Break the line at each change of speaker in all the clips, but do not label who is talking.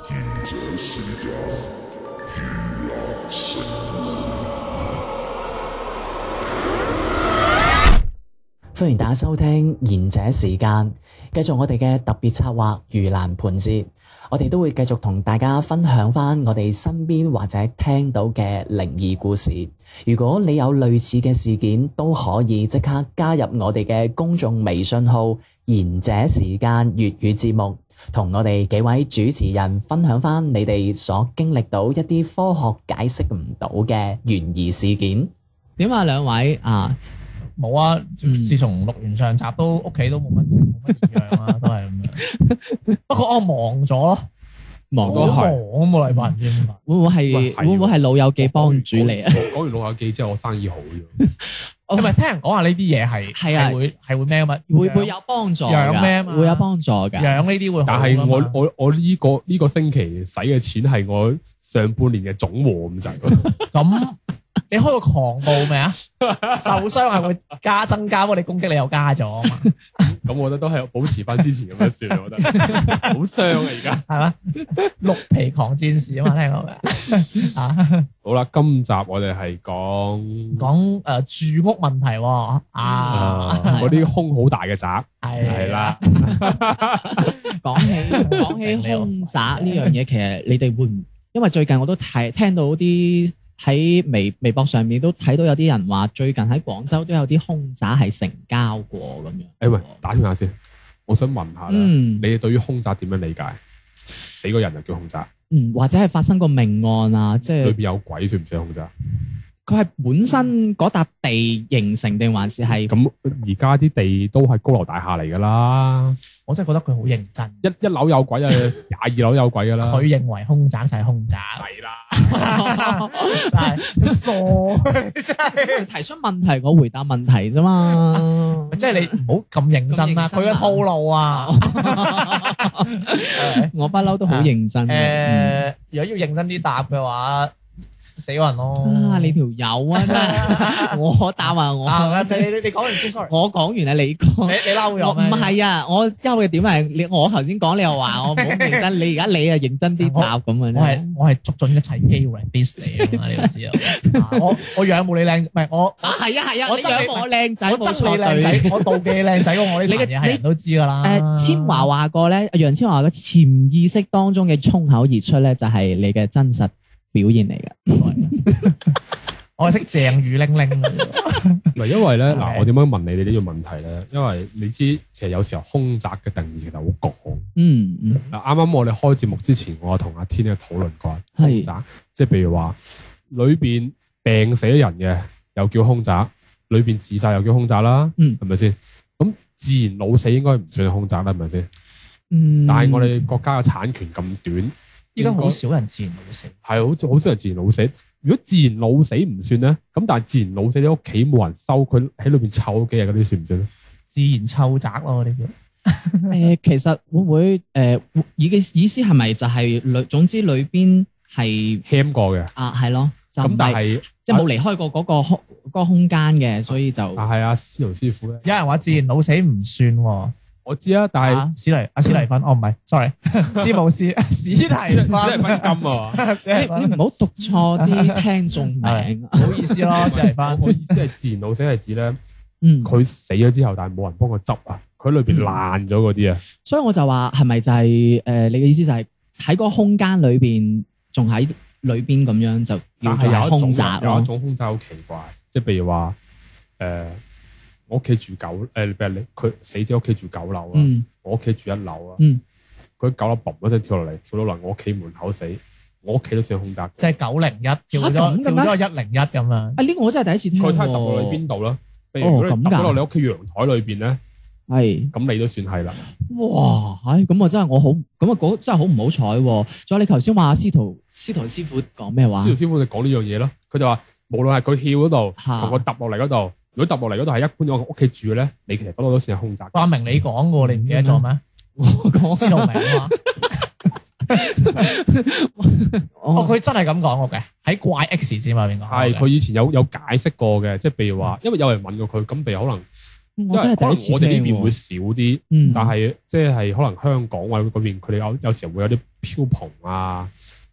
者私家，娛樂性。
歡迎大家收聽賢者時間，繼續我哋嘅特別策劃盂蘭盆節，我哋都會繼續同大家分享翻我哋身邊或者聽到嘅靈異故事。如果你有類似嘅事件，都可以即刻加入我哋嘅公眾微信號賢者時間粵語節目，同我哋幾位主持人分享翻你哋所經歷到一啲科學解釋唔到嘅懸疑事件。點啊，兩位啊？
冇啊！
嗯
自從錄完上集都屋企都冇乜冇乜異樣啦，都係 咁樣。不過我忙咗咯，
忙
我
都
忙
係。
啊，冇禮拜唔知點解。
會唔會
喂
係
係
會唔會係老友記幫主你啊？？
講完老友記之後，我生意好咗。
哦
因為聽人講話呢啲嘢係
係啊
係會係會咩啊嘛？
會會有啊幫助㗎
養咩嘛
會有幫助㗎。
養呢啲會好㗎嘛，啊
但係我我我呢個呢個星期使嘅錢係我上半年嘅總和咁滯。
咁你開個狂暴未 啊？受傷係會加增加，不過你攻擊你又加咗啊嘛，
咁我覺得都係保持翻之前咁樣算，我覺得好傷啊！而家
係嘛？綠皮狂戰士啊嘛，聽過未啊？啊
好啦，今集我哋係講
講誒住屋問題喎啊，
啊嗰啲空好大嘅宅係
係啊
啦，，
講起講 起
啊
空宅呢樣嘢，其實你哋會唔？因為最近我都睇聽到啲喺微微博上面都睇到有啲人話，最近喺廣州都有啲空宅係成交過咁樣。
啊
誒哎喂，打斷下先，我想問下咧，
嗯
你哋對於空宅點樣理解？死個人就叫空宅，
嗯，或者係發生過命案啊，即
裏
係
嗯
邊有鬼算唔算空宅？
佢係本身嗰笪地形成定還是
嗯
係
咁而家啲地都係高樓大廈嚟㗎啦，
我真係覺得佢好認真。
一一樓有 鬼啊，廿二樓有鬼㗎啦。
佢認為空宅就係 空宅，
係啦，
真係傻，你 真係。
提出問題，我回答問題
。
啫嘛
即係你唔好咁認真啦，
咁認真啊
佢嘅套路 啊，係咪
我不嬲都好認真嘅。嗯
誒，如果要認真啲答嘅話，死人咯。
啊，你條友啊，真係我答啊，我
啊，你你你講完先，sorry。
我講完啊，你講。
你你嬲
我
咗
唔
咩？，
係啊，我憂嘅點係你，我頭先講你又話 我唔好認真，你而家你啊認真啲答咁啊。
我係我係捉準一切機會嚟 diss 你啊嘛，你都知啊。啊我我仰慕你靚，唔係我
啊，係啊係啊，
我
你
憎你
養我靚仔，
我
冇
憎
錯
你靚
對啊
仔，我妒忌你靚仔，我呢
你嘅
啲嘢係人都知噶啦。
誒，千華話過咧，楊千華嘅潛意識當中嘅衝口而出咧，就係你嘅真實表現嚟嘅。
我係識鄭雨玲玲嘅啫。
唔係因為咧，
係
嗱，我點樣問你哋呢個問題咧？因為你知其實有時候空宅嘅定義其實好廣。
嗯嗯，
嗱，啱啱我哋開節目之前，我同阿天咧討論過空
嗯
係
宅，即係譬如話裏邊病死人嘅又叫空宅，裏邊自殺又叫空宅啦，
嗯
係咪先？咁自然老死應該唔算係空宅啦，係咪先？
嗯，
但係我哋國家嘅產權咁短，
依家
應該
好少人自然會死。
係好好少人自然老死。如果自然老死唔算咧，咁但係自然老死你屋企冇人收，佢喺裏邊湊幾日嗰啲算唔算咧？
自然臭宅咯，呢啲
誒、其實會唔會誒意嘅意思係咪就係裏總之裏邊係
輕過嘅，
啊係咯，就
咁
唔
但
係
係
即係冇離開過嗰個空嗰個空間嘅，所以就
但係阿司徒師傅咧，
有人話自然老死唔算喎，
我知啊，但係
啊史黎阿史黎芬，哦唔係，sorry，詹姆斯史黎
即
芬，
係分金啊嘛。
史 黎
你
芬
你唔好讀錯啲聽眾名，
唔好意思 咯，史黎芬
我我意思係自然老死係指咧，
嗯，
佢死咗之後，但係冇人幫佢執啊，佢裏邊爛咗嗰啲啊，
所以我就話係咪就係、誒、你嘅意思就係喺嗰個空間裏邊仲喺裏邊咁樣就
但係
叫做嗯係
有一
空
種
宅
有
咯
一，種空宅好奇怪，即係譬如話誒，我屋企住九誒，譬如你佢死者屋企住九樓啊。
嗯
我屋企住一樓啊，
嗯
佢九樓嘣一聲跳落嚟，跳到落我屋企門口死，我屋企都算空宅。
即係九零一跳
嚇咁
咗
嘅
跳
咩
咗一零一咁樣，
啊呢、個我真係第一次聽
佢
喎，
睇下揼落去邊度啦。譬如如果
哦
你
咁㗎
揼咗落你屋企陽台裏邊咧，
係。
咁你都算係啦。
哇！唉，咁啊真係我好，咁啊嗰真係好唔好彩喎。仲有你頭先話司徒司徒師傅講咩話
司徒？師傅就講呢樣嘢啦，佢就話無論係佢跳嗰度
嚇
同佢揼落嚟嗰度，如果揼落嚟嗰度係一般我屋企住嘅咧，你其實嗰度都算係空
哦
宅。
話明你講嘅喎，你唔記得咗 咩？
我講
司徒明啊嘛，哦
哦，
佢真係咁講我嘅，喺怪 X 節目入邊講過嘅。
係佢以前有有解釋過嘅，即係譬如話，因為有人問過佢，咁譬如可能因
嗯我
為
真
可能我
係
哋
第一次
呢
聽
邊會
喎。
少啲，
嗯，
但係即係可能香港或者嗰邊佢哋有有時候會有啲漂蓬啊，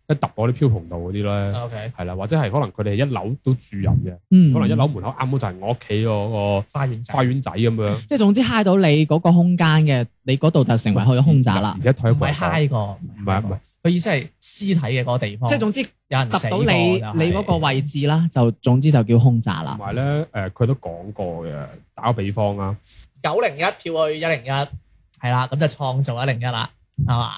一揼嗰啲漂蓬度嗰啲咧，
OK，
係啦，或者係可能佢哋一樓都住人嘅，
嗯
可能一樓門口啱好就係我屋企嗰個
花園仔
花園仔咁樣，
即係總之嗨到你嗰個空間嘅，你嗰度就成為佢嘅空宅啦
而。且退
唔
一步
係
嚟講，
嗨過，
唔係唔係，
佢意思係屍體嘅嗰個地方，
即係總之
有人死
及到
過
你
就係
你嗰個位置啦，就總之就叫空宅
同
啦。
埋咧誒佢都講過嘅，打個比方啊，
九零一跳去一零一，係啦，咁就創造一零一啦，係嘛？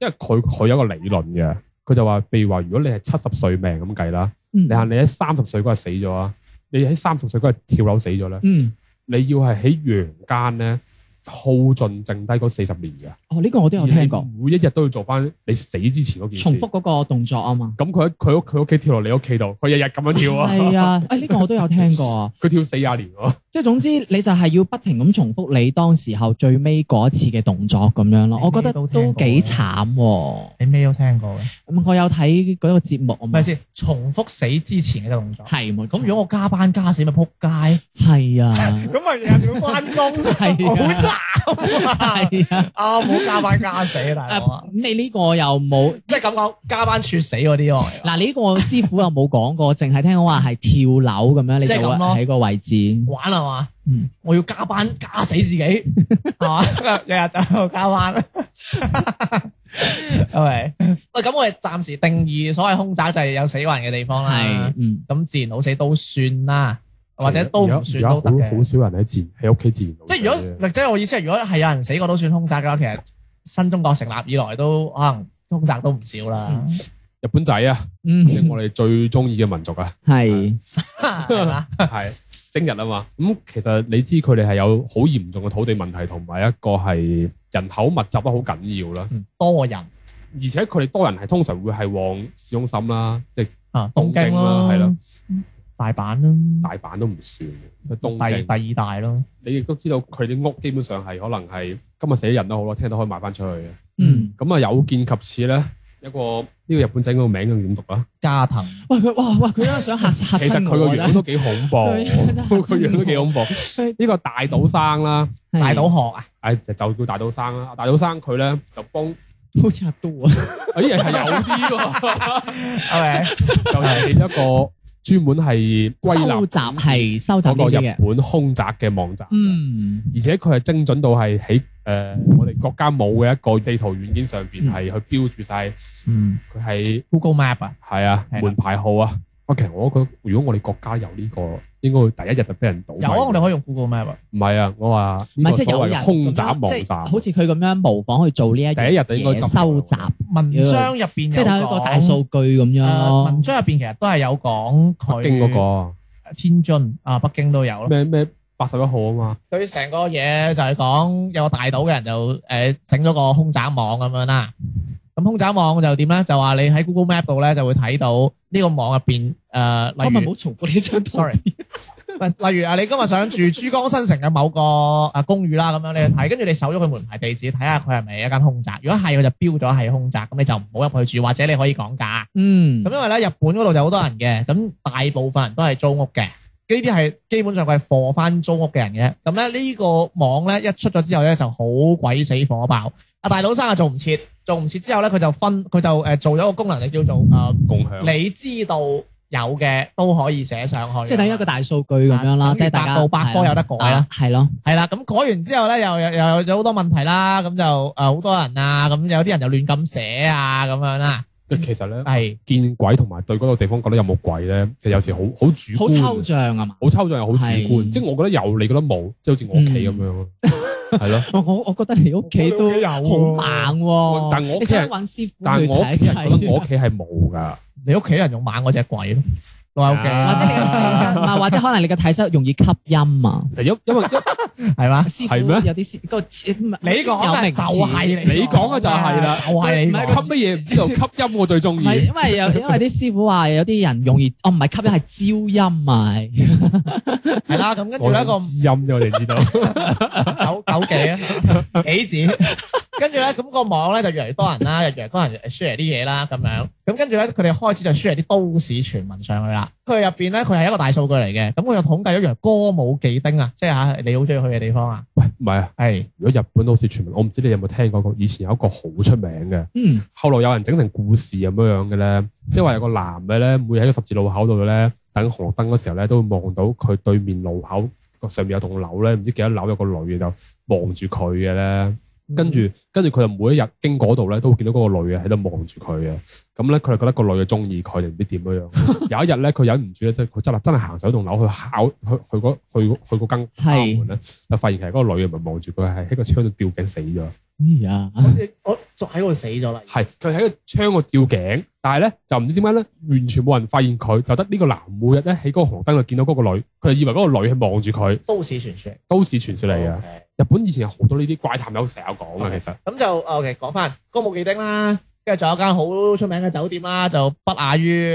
因為佢佢有一個理論嘅，佢就話，譬如話如果你係七十歲命咁計啦，
嗯
你係你喺三十歲嗰日死咗啊，你喺三十歲嗰日跳樓死咗咧。
嗯，
你要係喺陽間咧耗盡剩低嗰四十年嘅，
哦，呢個我都有聽過，
而你每一日都要做翻你死之前嗰件事。
重複嗰個動作啊嘛。
咁佢喺佢屋佢屋企跳落你屋企度，佢日日咁樣跳啊！
係啊，誒呢個我都有聽過啊。
佢跳四廿年喎，
即係總之，你就係要不停咁重複你當時候最尾嗰一次嘅動作咁樣咯。我覺得
你都聽
都
過
幾慘喎。
你咩都聽過嘅，
咁我有睇嗰個節目啊嘛
咪，先？重複死之前嘅動作。
係冇錯。
咁如果我加班加死咪撲街，啊
係啊，
咁咪日日要翻 工，
係
好慘啊！
係 啊，
啊，冇加班加死啊，大佬
誒
啊！
你呢個又冇
即係咁講，加班猝死嗰啲喎。
嗱？你呢個師傅又冇講過，淨係聽講話係跳樓咁樣，你就
即係咁咯
喺個位置。
玩係嘛？
嗯
我要加班加死自己，係嘛？ 日日就喺度加班， 係咪？喂，咁我哋暫時定義所謂空宅就係有死人嘅地方啦
係，。嗯，
咁自然老死都算啦， 或者都唔算都得
而家好好
嘅。
少人喺自然喺屋企自然。
即係如果，即係我意思係，如果係有人死過都算空宅嘅話，其實新中國成立以來都可能空宅都唔少啦，
日本 仔啊，
嗯，
即係我哋最中意嘅民族啊，
係
係嘛？
係精日啊嘛。咁其實你知佢哋係有好嚴重嘅土地問題，同埋一個係人口密集得好緊要啦。
多人
而且佢哋多人係通常會係往市中心啦，即係
啊，
東
東
京
京
啦
啦，
係啦，
大阪啦，
大阪都唔算嘅，佢東
第
京。
第二大咯，
你亦都知道佢啲屋基本上係可能係今日死人都好咯，聽日都可以賣翻出去嘅。
嗯，
咁啊有見及此咧，一個呢、個日本仔個名點讀啊？
加藤。
喂佢哇哇佢張相嚇嚇
其實佢
親
個
我啦
樣，都幾恐怖，
佢
佢樣都幾恐怖。呢個大島生啦，
大島學 啊，
唉就就叫大島生啦。大島生佢咧就幫，
好似阿都啊，
哎呀係有啲喎，
係咪？
就係一個專門係歸納
收集係收集呢
嗰個
啲
日
嘅，
本空宅嘅網站。
嗯
而且佢係精準到係喺誒我哋國家冇嘅一個地圖軟件上邊
嗯
係去標住晒
嗯
佢係
，Google Map 啊，
係啊
係啦
門牌號啊。我其實我覺得如果我哋國家有呢、個，應該會第一日就俾人倒。
有啊，我哋可以用 Google Map 啊。
唔係啊，我話
唔
呢
係
個
即係有
所謂
人
嘅空宅
咁樣
網
即係
站，
好似佢咁樣模仿去做呢一
第一日就應該
嘢
執
收集，
文章入邊
即係睇
有啊
一個
講
大數據咁樣
誒
咯
文。章入邊其實都係有講佢
北京嗰、
天津啊，北京都有
個
咯。
咩咩八十一號啊嘛，
佢成個嘢就係講有個大島嘅人就誒整咗個空宅網咁樣啦。咁空宅網就點咧？就話你喺 Google Map 度咧就會睇到呢個網入邊
我
誒，
哦咪
例
冇
如
重複呢張圖。
sorry，喂例如啊，你今日想住珠江新城嘅某個誒公寓啦，咁樣你去睇，跟住你搜咗佢門牌地址，睇下佢係咪一間空宅。如果係，佢就標咗係空宅，咁你就唔好入去住，或者你可以講價。
嗯，
咁因為咧，日本嗰度有好多人嘅，咁大部分人都係租屋嘅，呢啲係基本上佢係貨翻租屋嘅人嘅。咁咧呢個網咧一出咗之後咧，就好鬼死火爆。阿大佬生啊，做唔切，做唔切之後咧，佢就分佢就誒、呃做咗個功能，就叫做誒、呃
共享。
你知道有嘅都可以寫上去，
即係等於一個大數據咁樣啦，啊
啊
即係大
百
家
度百科有得改啦，
係咯，
係啦。咁改完之後咧，又又又有好多問題啦，咁就誒好、多人啊，咁有啲人就亂咁寫啊，咁樣啦，
其實咧，
係
見鬼同埋對嗰個地方覺得有冇鬼咧，其實有時好好主
好
觀嘅。
抽象啊嘛。
好抽象又好主觀，
係
即係我覺得有，你覺得冇，即係好似我屋企咁樣 咯，係咯。
我我我覺得你屋企都
我屋企有
好
喎
猛喎，
但我屋
你
企
想
人，
揾師傅
但
去
係我
睇
屋企人覺得我
睇
屋。企係冇㗎，
你屋企人用猛嗰只鬼咯，老友記。
啊
或者你嘅體質，唔係或者可能你嘅體質容易吸音啊。
但因因為
系嘛？
師傅
係咩
有啲師個你
你講嘅就係你，
你講嘅就係啦
就係你
唔
講
係佢
吸乜嘢唔知道，吸音我最中
唔
意。
係因為有 因為啲師傅話有啲人容易，哦唔係吸音係招音啊，係
係啦。咁跟住
我
咧
有
個
知音啫，我哋知道。
九九幾啊，杞子，跟住咧咁個網咧就越嚟越多人啦，越嚟越多人 share 啲嘢啦咁樣。咁跟住咧佢哋開始就 share 啲都市傳聞上去啦。佢入邊咧佢係一個大數據嚟嘅，咁佢就統計咗原來歌舞伎町啊，即係嚇你好中意去嘅地方啊，
喂，唔係啊，
係
如果日本都市傳聞，我唔知你有冇聽過個，以前有一個好出名嘅，
嗯，
後來有人整成故事咁樣樣嘅咧，即係話有個男嘅咧，每日喺個十字路口度咧等紅綠燈嗰時候咧，都會望到佢對面路口個上面有棟樓咧，唔知幾多樓有個女嘅就望住佢嘅咧，跟住跟住佢就每一日經嗰度咧，都會見到嗰個女嘅喺度望住佢嘅。咁咧，佢就覺得個女嘅中意佢，定唔知點樣樣。有一日咧，佢忍唔住咧，即係佢真係真係行上棟樓去敲去去嗰去嗰去嗰間
係
門咧，就發現其實嗰個女嘅唔係望住佢，係喺個窗度吊頸死咗。
哎呀，
我仲喺度死咗啦。
係佢喺個窗度吊頸，但係咧就唔知點解咧，完全冇人發現佢，就得呢個男每日咧喺嗰個紅燈度見到嗰個女，佢就以為嗰個女係望住佢，
都市傳說
都市傳說嚟
哦
嘅。
嘅。
日本以前有好多呢啲怪談友成日有講嘅，其實
咁就 OK 講翻歌舞伎町啦，跟住仲有間好出名嘅酒店啦，就不亞於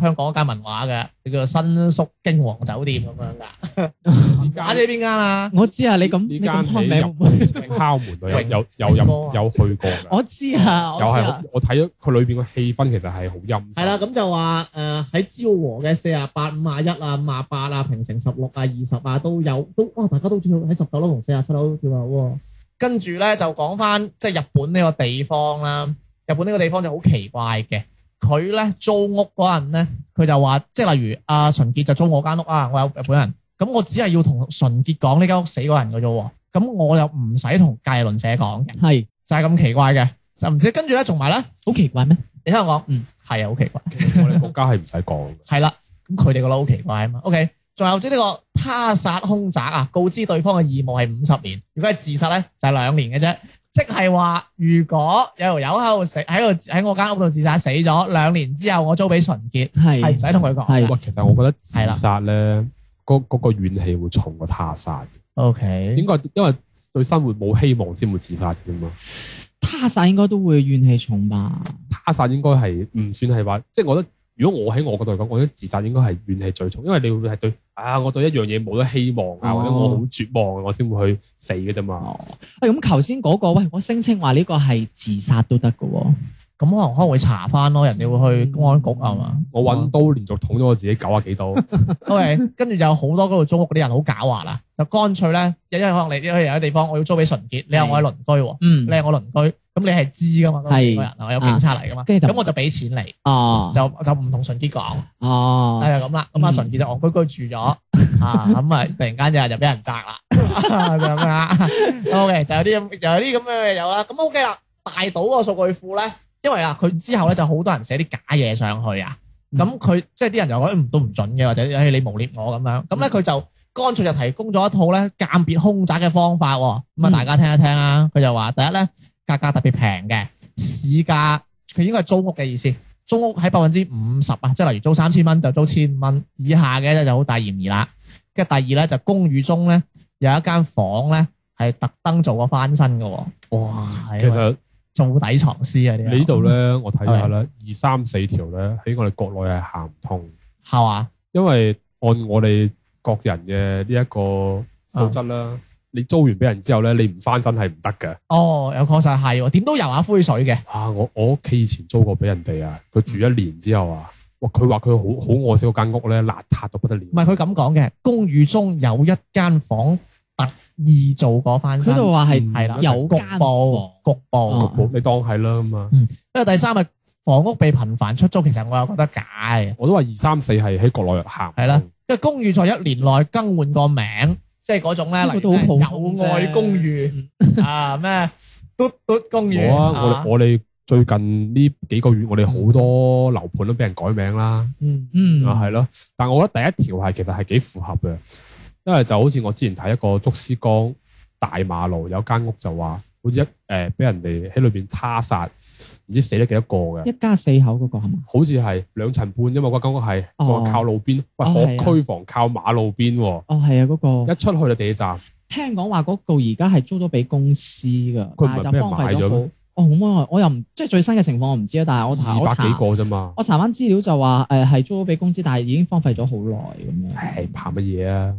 香港一間文華嘅，叫做新宿京王酒店咁樣噶。打知邊間啊？
我知啊，你咁
呢
你
間
咁開
喺
名
日
會唔會？
敲門度有有
榮
有
哥
有
啊
有去過嘅，
我知啊，我
又
知
係
啊
好，我睇咗佢裏邊個氣氛其實係好陰。
係啦，，咁就話誒喺昭和嘅四啊八、五啊一啊、五啊八啊、平成十六啊、二十啊都有，都哇大家都好中意喺十九樓同四啊七樓跳樓喎。跟住咧就講翻即係日本呢個地方啦，日本呢個地方就好奇怪嘅。佢咧租屋嗰陣咧，佢就話即係例如阿、純潔就租我間屋啊，我有日本人，咁我只係要同純潔講呢間屋死嗰人嘅啫喎，咁我又唔使同隔離鄰舍講嘅，
係
就係、咁奇怪嘅，就唔知跟住咧，仲埋咧，
好奇怪咩？
你聽我講，嗯係啊，好奇怪。
我哋國家係唔使講嘅。
係啦，咁佢哋覺得好奇怪啊嘛。OK，仲有即係呢個他殺兇宅啊，告知對方嘅義務係五十年，如果係自殺咧就係、兩年嘅啫。即係話，如果有條友喺度死喺度喺我間屋度自殺死咗，兩年之後我租俾純潔，係唔
係
使同佢講
嗯係
嘅。
喂，其實我覺得
係啦
自殺咧，嗰嗰個怨氣會重過他殺，
O K，
應該因為對生活冇希望先會自殺嘅嘛。
他殺應該都會怨氣重吧？
他殺應該係唔算係話，即係我覺得，如果我喺我角度嚟講，我覺得自殺應該係怨氣最重，因為你會係對啊，我對一樣嘢冇得希望啊，
哦
或者我好絕望啊，我先會去死嘅啫嘛。
哦，喂，咁頭先嗰個，喂，我聲稱話呢個係自殺都得嘅喎，
咁可能可能會查翻咯，人哋會去公安局啊嘛。
我揾刀連續捅咗我自己九啊幾 刀，
O K，跟住有好多嗰度租屋嗰啲人好狡猾啦，就乾脆咧，因為可能你因為有啲地方我要租俾純潔，你係我嘅鄰居喎。
嗯
你，係我鄰居，咁你係知噶嘛？嗰
係
個人我有警察嚟噶嘛？
跟住就
咁我就俾錢你，
哦，
就就唔同純潔講，
哦，
係就咁啦。咁啊，
嗯
純潔就戇居居 住咗啊，咁啊，突然間有人就俾人砸啦，就咁啦。OK，就有啲咁有啲咁樣嘅有啦。咁 OK 啦，大島個數據庫咧，因為啊，佢之後咧就好多人寫啲假嘢上去啊，咁佢即係啲人就覺得嗯都唔準嘅，或者誒你污蔑我咁樣，咁咧佢就。乾脆就提供咗一套咧鑑別兇宅嘅方法喎，咁啊
嗯
大家聽一聽啊。佢就話第一咧價格特別平嘅，市價佢應該係租屋嘅意思，租屋喺百分之五十啊，即係例如租三千蚊就租千五蚊以下嘅咧就好大嫌疑啦。跟住第二咧就公寓中咧有一間房咧係特登做過翻新嘅喎，哇！
其實
做底藏屍啊啲
你呢度咧，我睇下
啊
啦，二三四條咧喺我哋國內係行唔通，
係嘛？
因為按我哋國人嘅呢一個素質啦，
啊
你租完俾人之後咧，你唔翻身係唔得嘅。
哦，有確實係喎，點都游下灰水嘅。
啊！我我屋企以前租過俾人哋啊，佢住一年之後啊，哇！佢話佢好好愛惜嗰間屋咧，邋遢到不得了。
唔係佢咁講嘅，公寓中有一間房特意做過翻新
佢。度話係
係啦，
有
局
間
部
房
局部
哦，
冇你當係啦咁啊！
因為第三係房屋被頻繁出租，其實我又覺得假嘅，因
我都話二三四係喺國內行。
係啦，為公寓在一年內更換個名，即係嗰種咧，
呢個
例
都
如
好
咩
普通
友愛
啫
公寓啊，咩嘟嘟公寓
冇啊！
啊
我我哋最近呢幾個月，我哋好多樓盤都俾人改名啦，
嗯
嗯，
啊係咯。但我覺得第一條係其實係幾符合嘅，因為就好似我之前睇一個竹絲崗大馬路有間屋就話，好似一誒俾人哋喺裏邊他殺，唔知死咗幾多個嘅。
一家四口嗰個係嘛？
好似係兩層半，因為嗰間屋係
哦
再靠路邊，喂
哦係啊
學區房靠馬路邊喎，
哦，係啊，嗰個
一出去就地鐵站，
聽講話嗰度而家係租咗俾公司㗎，
佢唔係
但係就
俾人
荒廢
買咗
咗
咩
好，哦，咁啊，我又唔即係最新嘅情況我唔知啊，但係我查我
二百幾
查
個啫嘛，
我查翻資料就話誒係租咗俾公司，但係已經荒廢咗好耐咁樣。
唉，怕乜嘢啊？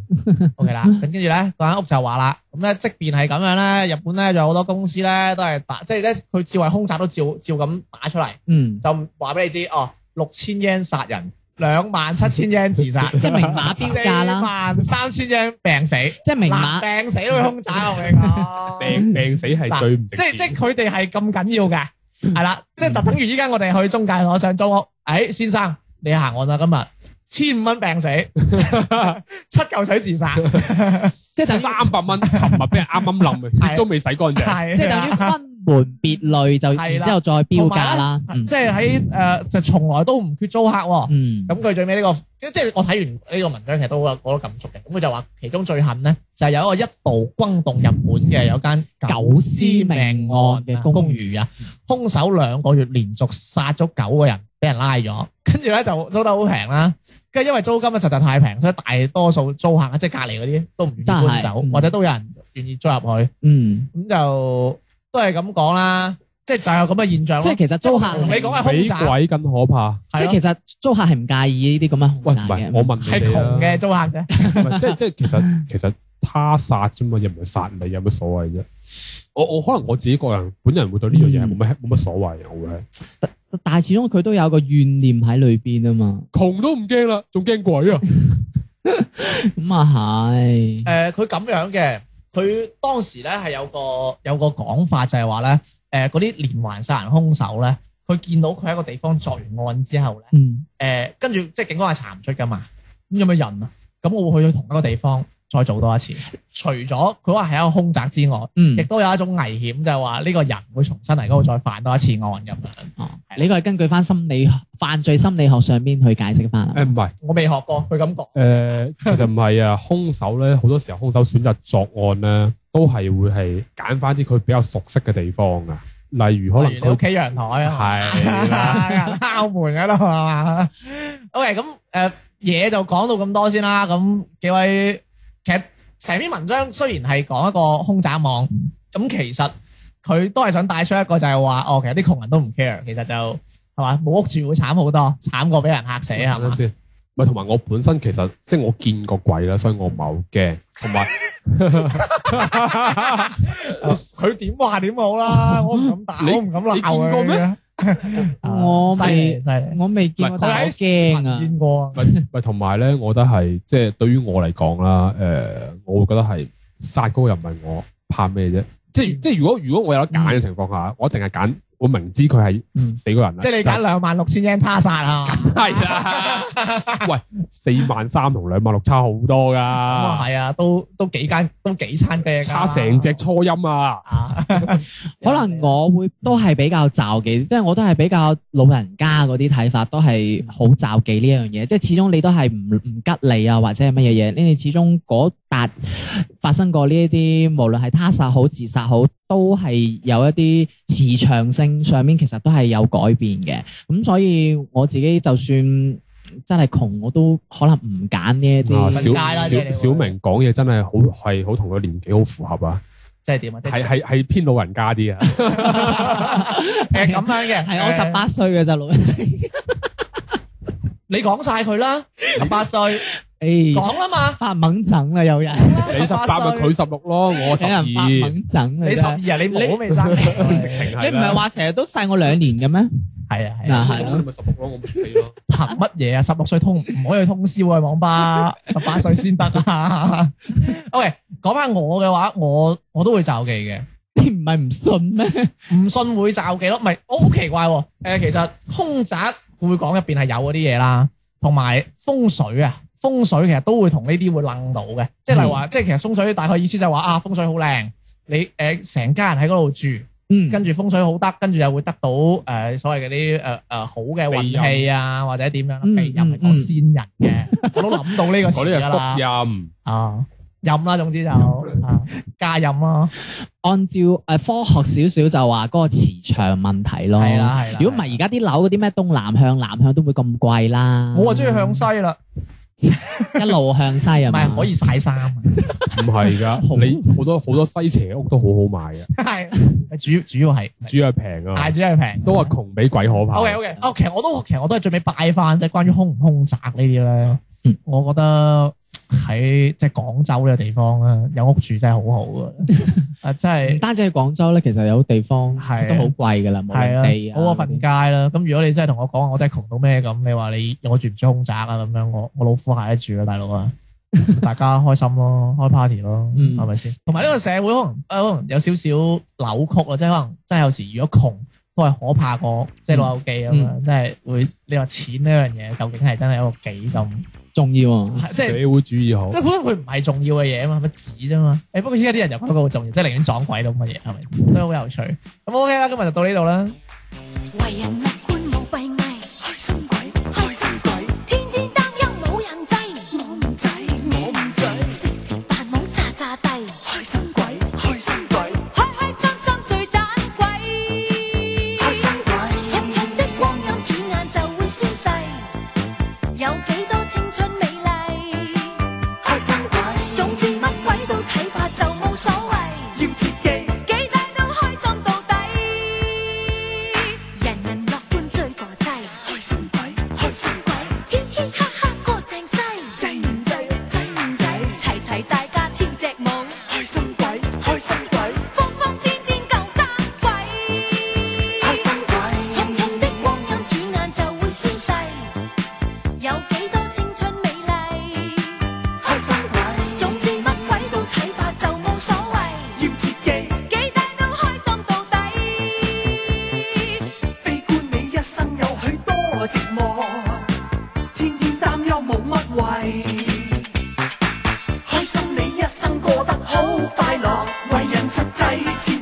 O K 啦，
嗯
咁跟住咧，嗰間屋就話啦，咁咧即便係咁樣咧，日本咧仲有好多公司咧都係打，即係咧佢照係空襲都照照咁打出嚟，
嗯，
就話俾你知哦，六千 yen 殺人，兩萬七千 yen 自殺，
即係明碼標價
四
啦，
萬三千 yen 病死，
即係明
嗱
碼。
病死都會空襲我同你講，
病病死係最唔值
即係即係
錢
佢哋係咁緊要嘅，係啦，即係特等於依家我哋去中介所上租屋，誒哎先生你行我啦今日，千五蚊病死， 七嚿水自殺，
即係等於
三百蚊，琴日俾人啱啱冧嘅，
係
血都未洗乾淨。
係啊
即係等於分門別類就，
係啦
然之後再標價啦。嗯
即係喺誒就從來都唔缺租客喎。
嗯，
咁佢最尾呢、個，即係我睇完呢個文章，其實都好有好多感觸嘅。咁佢就話其中最恨咧，就係、有一個一度轟動日本嘅有間
狗屍命案嘅公
公寓啊，兇手兩個月連續殺咗九個人，俾人拉咗，跟住咧就租得好平啦。跟住因為租金咧實在太平，所以大多數租客即係隔離嗰啲都唔願意搬
都
走
係，嗯
或者都有人願意租入去，咁
嗯，
就都係咁講啦。即係就有咁嘅現象咯。
即係其實租客
同你講係
比
空宅，
鬼更可怕。
即
係
係
咯
其實租客係唔介意呢啲咁嘅
喂，
控
唔
制
係，
嘅。
我問你
係窮
哋
嘅
啊
租客啫。
唔係即係即係其實其實他殺啫嘛，又唔係殺你，有乜所謂啫？我我可能我自己個人本人會對呢樣嘢係冇乜冇乜所謂嘅，我會係
但係始終佢都有個怨念喺裏邊啊嘛。
窮都唔驚啦，仲驚鬼啊！
咁啊
誒
係，
呃佢咁樣嘅，佢當時咧係有個有個講法就係話咧，誒嗰啲連環殺人兇手咧，佢見到佢喺一個地方作完案之後咧，誒、
嗯，
跟住即係警方係查唔出噶嘛，咁有冇人啊？咁我會去同一個地方再做多一次。除咗佢話係一個兇宅之外，
嗯
亦，都有一種危險，就係話呢個人會重新嚟嗰度再犯多一次案咁樣。
哦，呢個係根據翻心理犯罪心理學上邊去解釋翻
誒
啦。
唔係
我未學過，佢咁講。
誒，其實唔係啊，兇手咧好多時候兇手選擇作案咧，都係會係揀翻啲佢比較熟悉嘅地方啊，例如可能
例如你屋
佢
企陽台啊。
係啦，
敲門嗰度系嘛？OK，咁诶嘢就講到咁多先啦。咁幾位其實成篇文章雖然係講一個空宅網，咁其實佢都係想帶出一個就係話，哦，其實啲窮人都唔 care，其實就係嘛冇屋住會慘好多，慘過俾人嚇死係
等
啊嘛
陣？先。唔係同埋我本身其實即係我見過鬼啦，所以我唔係好驚，同 埋。
佢點話點好 啦，我唔敢打，
你
我唔敢鬧
你見過
佢
咩
嘅。
我
犀利
未
犀利，
我未見
唔係
過，但係我
喺
驚
視頻
啊。
見過，
咪咪同埋咧，我覺得係即係對於我嚟講啦，誒、我會覺得係殺嗰個又唔係我，怕咩啫？即
嗯
係即係如果如果我有得揀嘅情況下，我一定係揀我明知佢係死個人啦，
即係你揀兩萬六千 yen 他殺啊嘛。
係啦。 喂，四萬三同兩萬六差好多
啊咁啊
噶，
係啊，都都幾間都幾餐嘅，
差成隻初音啊！
啊！
可能我會都係比較罩忌，即係我都係比較老人家嗰啲睇法，都係好罩忌呢樣嘢。即係始終你都係唔唔吉利啊，或者係乜嘢嘢，你哋始終嗰笪發生過呢一啲，無論係他殺好、自殺好，都係有一啲磁場性上面其實都係有改變嘅。咁所以我自己就算真係窮，我都可能唔揀呢一
啊
啲。
小
嗯瞓街啦即係
小
你會
小明講嘢真係好係好同佢年紀好符 合啊，
即係點啊？即
係係係偏老人家 啲啊，
誒咁樣嘅，
係我
誒
十，八歲嘅咋老人家，
你講晒佢啦，十八 歲
誒
講啦嘛，
發猛整啦有人。
你十八咪佢十六咯，我十
有人
哎
發
二。
猛整
你
你
十二啊，你冇未 生，
直情係啦
你唔係話成日都細我兩年嘅 咩？
係啊係
嗱
啊，
咁
係咯
你，咪十六咯，我咪死咯。
憑乜嘢啊？十六歲通唔可以去通宵啊？去網吧，十八歲先得啊！OK，講翻我嘅話，我我都會罩忌嘅。
你唔係唔信咩？
唔信會罩幾咯？唔係，我好奇怪喎、呃其實空宅會講入邊係有嗰啲嘢啦，同埋風水啊，風水其實都會同呢啲會楞到嘅。即係例如話，即係其實風水大概意思就係話啊，風水好靚，你誒成、家人喺嗰度住，
嗯，
跟住風水好得，跟住又會得到誒、呃所謂嗰啲誒誒好嘅運氣啊，或者點樣啦，
嗯
庇蔭係講先人嘅，我都諗到呢個
嗰啲
詞㗎啦，
係福音，
啊，任啦，總之就啊加任咯，
按照誒科學少少就話嗰個磁場問題咯。
係啦係啦。
如果唔係而家啲樓嗰啲咩東南向、南向都會咁貴啦。
我啊中意向西啦。
一路向西係
唔
咪？
係可以晒衫啊，
唔係
好
㗎，你好多好多西斜屋都好好賣嘅，啊
係主主要係
主要係平
大
啊，
主要係平。
都話窮比鬼可怕。
O K O K，哦，其實我都其實我都係最尾拜翻，即係關於空唔空宅呢啲咧，
嗯
我覺得喺即係廣州呢個地方咧，有屋住真係好好 嘅，啊真
唔
係
單止喺廣州咧，其實有地方
係啊
都好貴㗎啦，冇人
係
地
啊，
啊，
好過瞓街啦。咁如果你真係同我講我真係窮到咩咁，你話你我住唔住空宅啊咁樣，我我老虎蟹都住啦，大佬啊！大家開心 咯，開 party 咯，
嗯
係咪先？同埋呢個社會可能呃可能有少少扭曲啊，即係可能真係有時如果窮都係可怕過即係老友記咁樣，
嗯
真係會你話錢呢樣嘢究竟係真係一個幾咁，
重要啊，
即係
社會主義好
即係，本身佢唔係重要嘅嘢啊嘛，係咪紙啫嘛？誒不過依家啲人又覺得佢好重要，即係寧願撞鬼都乜嘢係咪？所以好有趣。咁 OK 啦，今日就到呢度啦。
为人物观冇閉翳，開心鬼，開心鬼，天天擔憂冇人制，我唔制，我唔制，時時扮懵詐詐地，開心鬼，開心鬼，開開心心最盞鬼，開心鬼，灼灼的光陰轉眼就會消逝，有幾多青春美麗，開心鬼，總之乜鬼都睇怕就冇所謂，要切記，幾低都開心到底。人人樂觀最過制，開心鬼，開心鬼，嘻嘻哈哈過成世，制唔制，制唔制，齊齊大家跳隻舞，開心鬼，開心鬼，瘋瘋癲癲夠生鬼，開心鬼，重重的光陰轉眼就會消逝，有幾多青春美麗，開心鬼，總之乜鬼都睇怕就冇所謂，要切記，幾大都開心到底。
悲觀你一生有許多寂寞，天天擔憂冇乜謂。開心你一生過得好快樂，為人實際切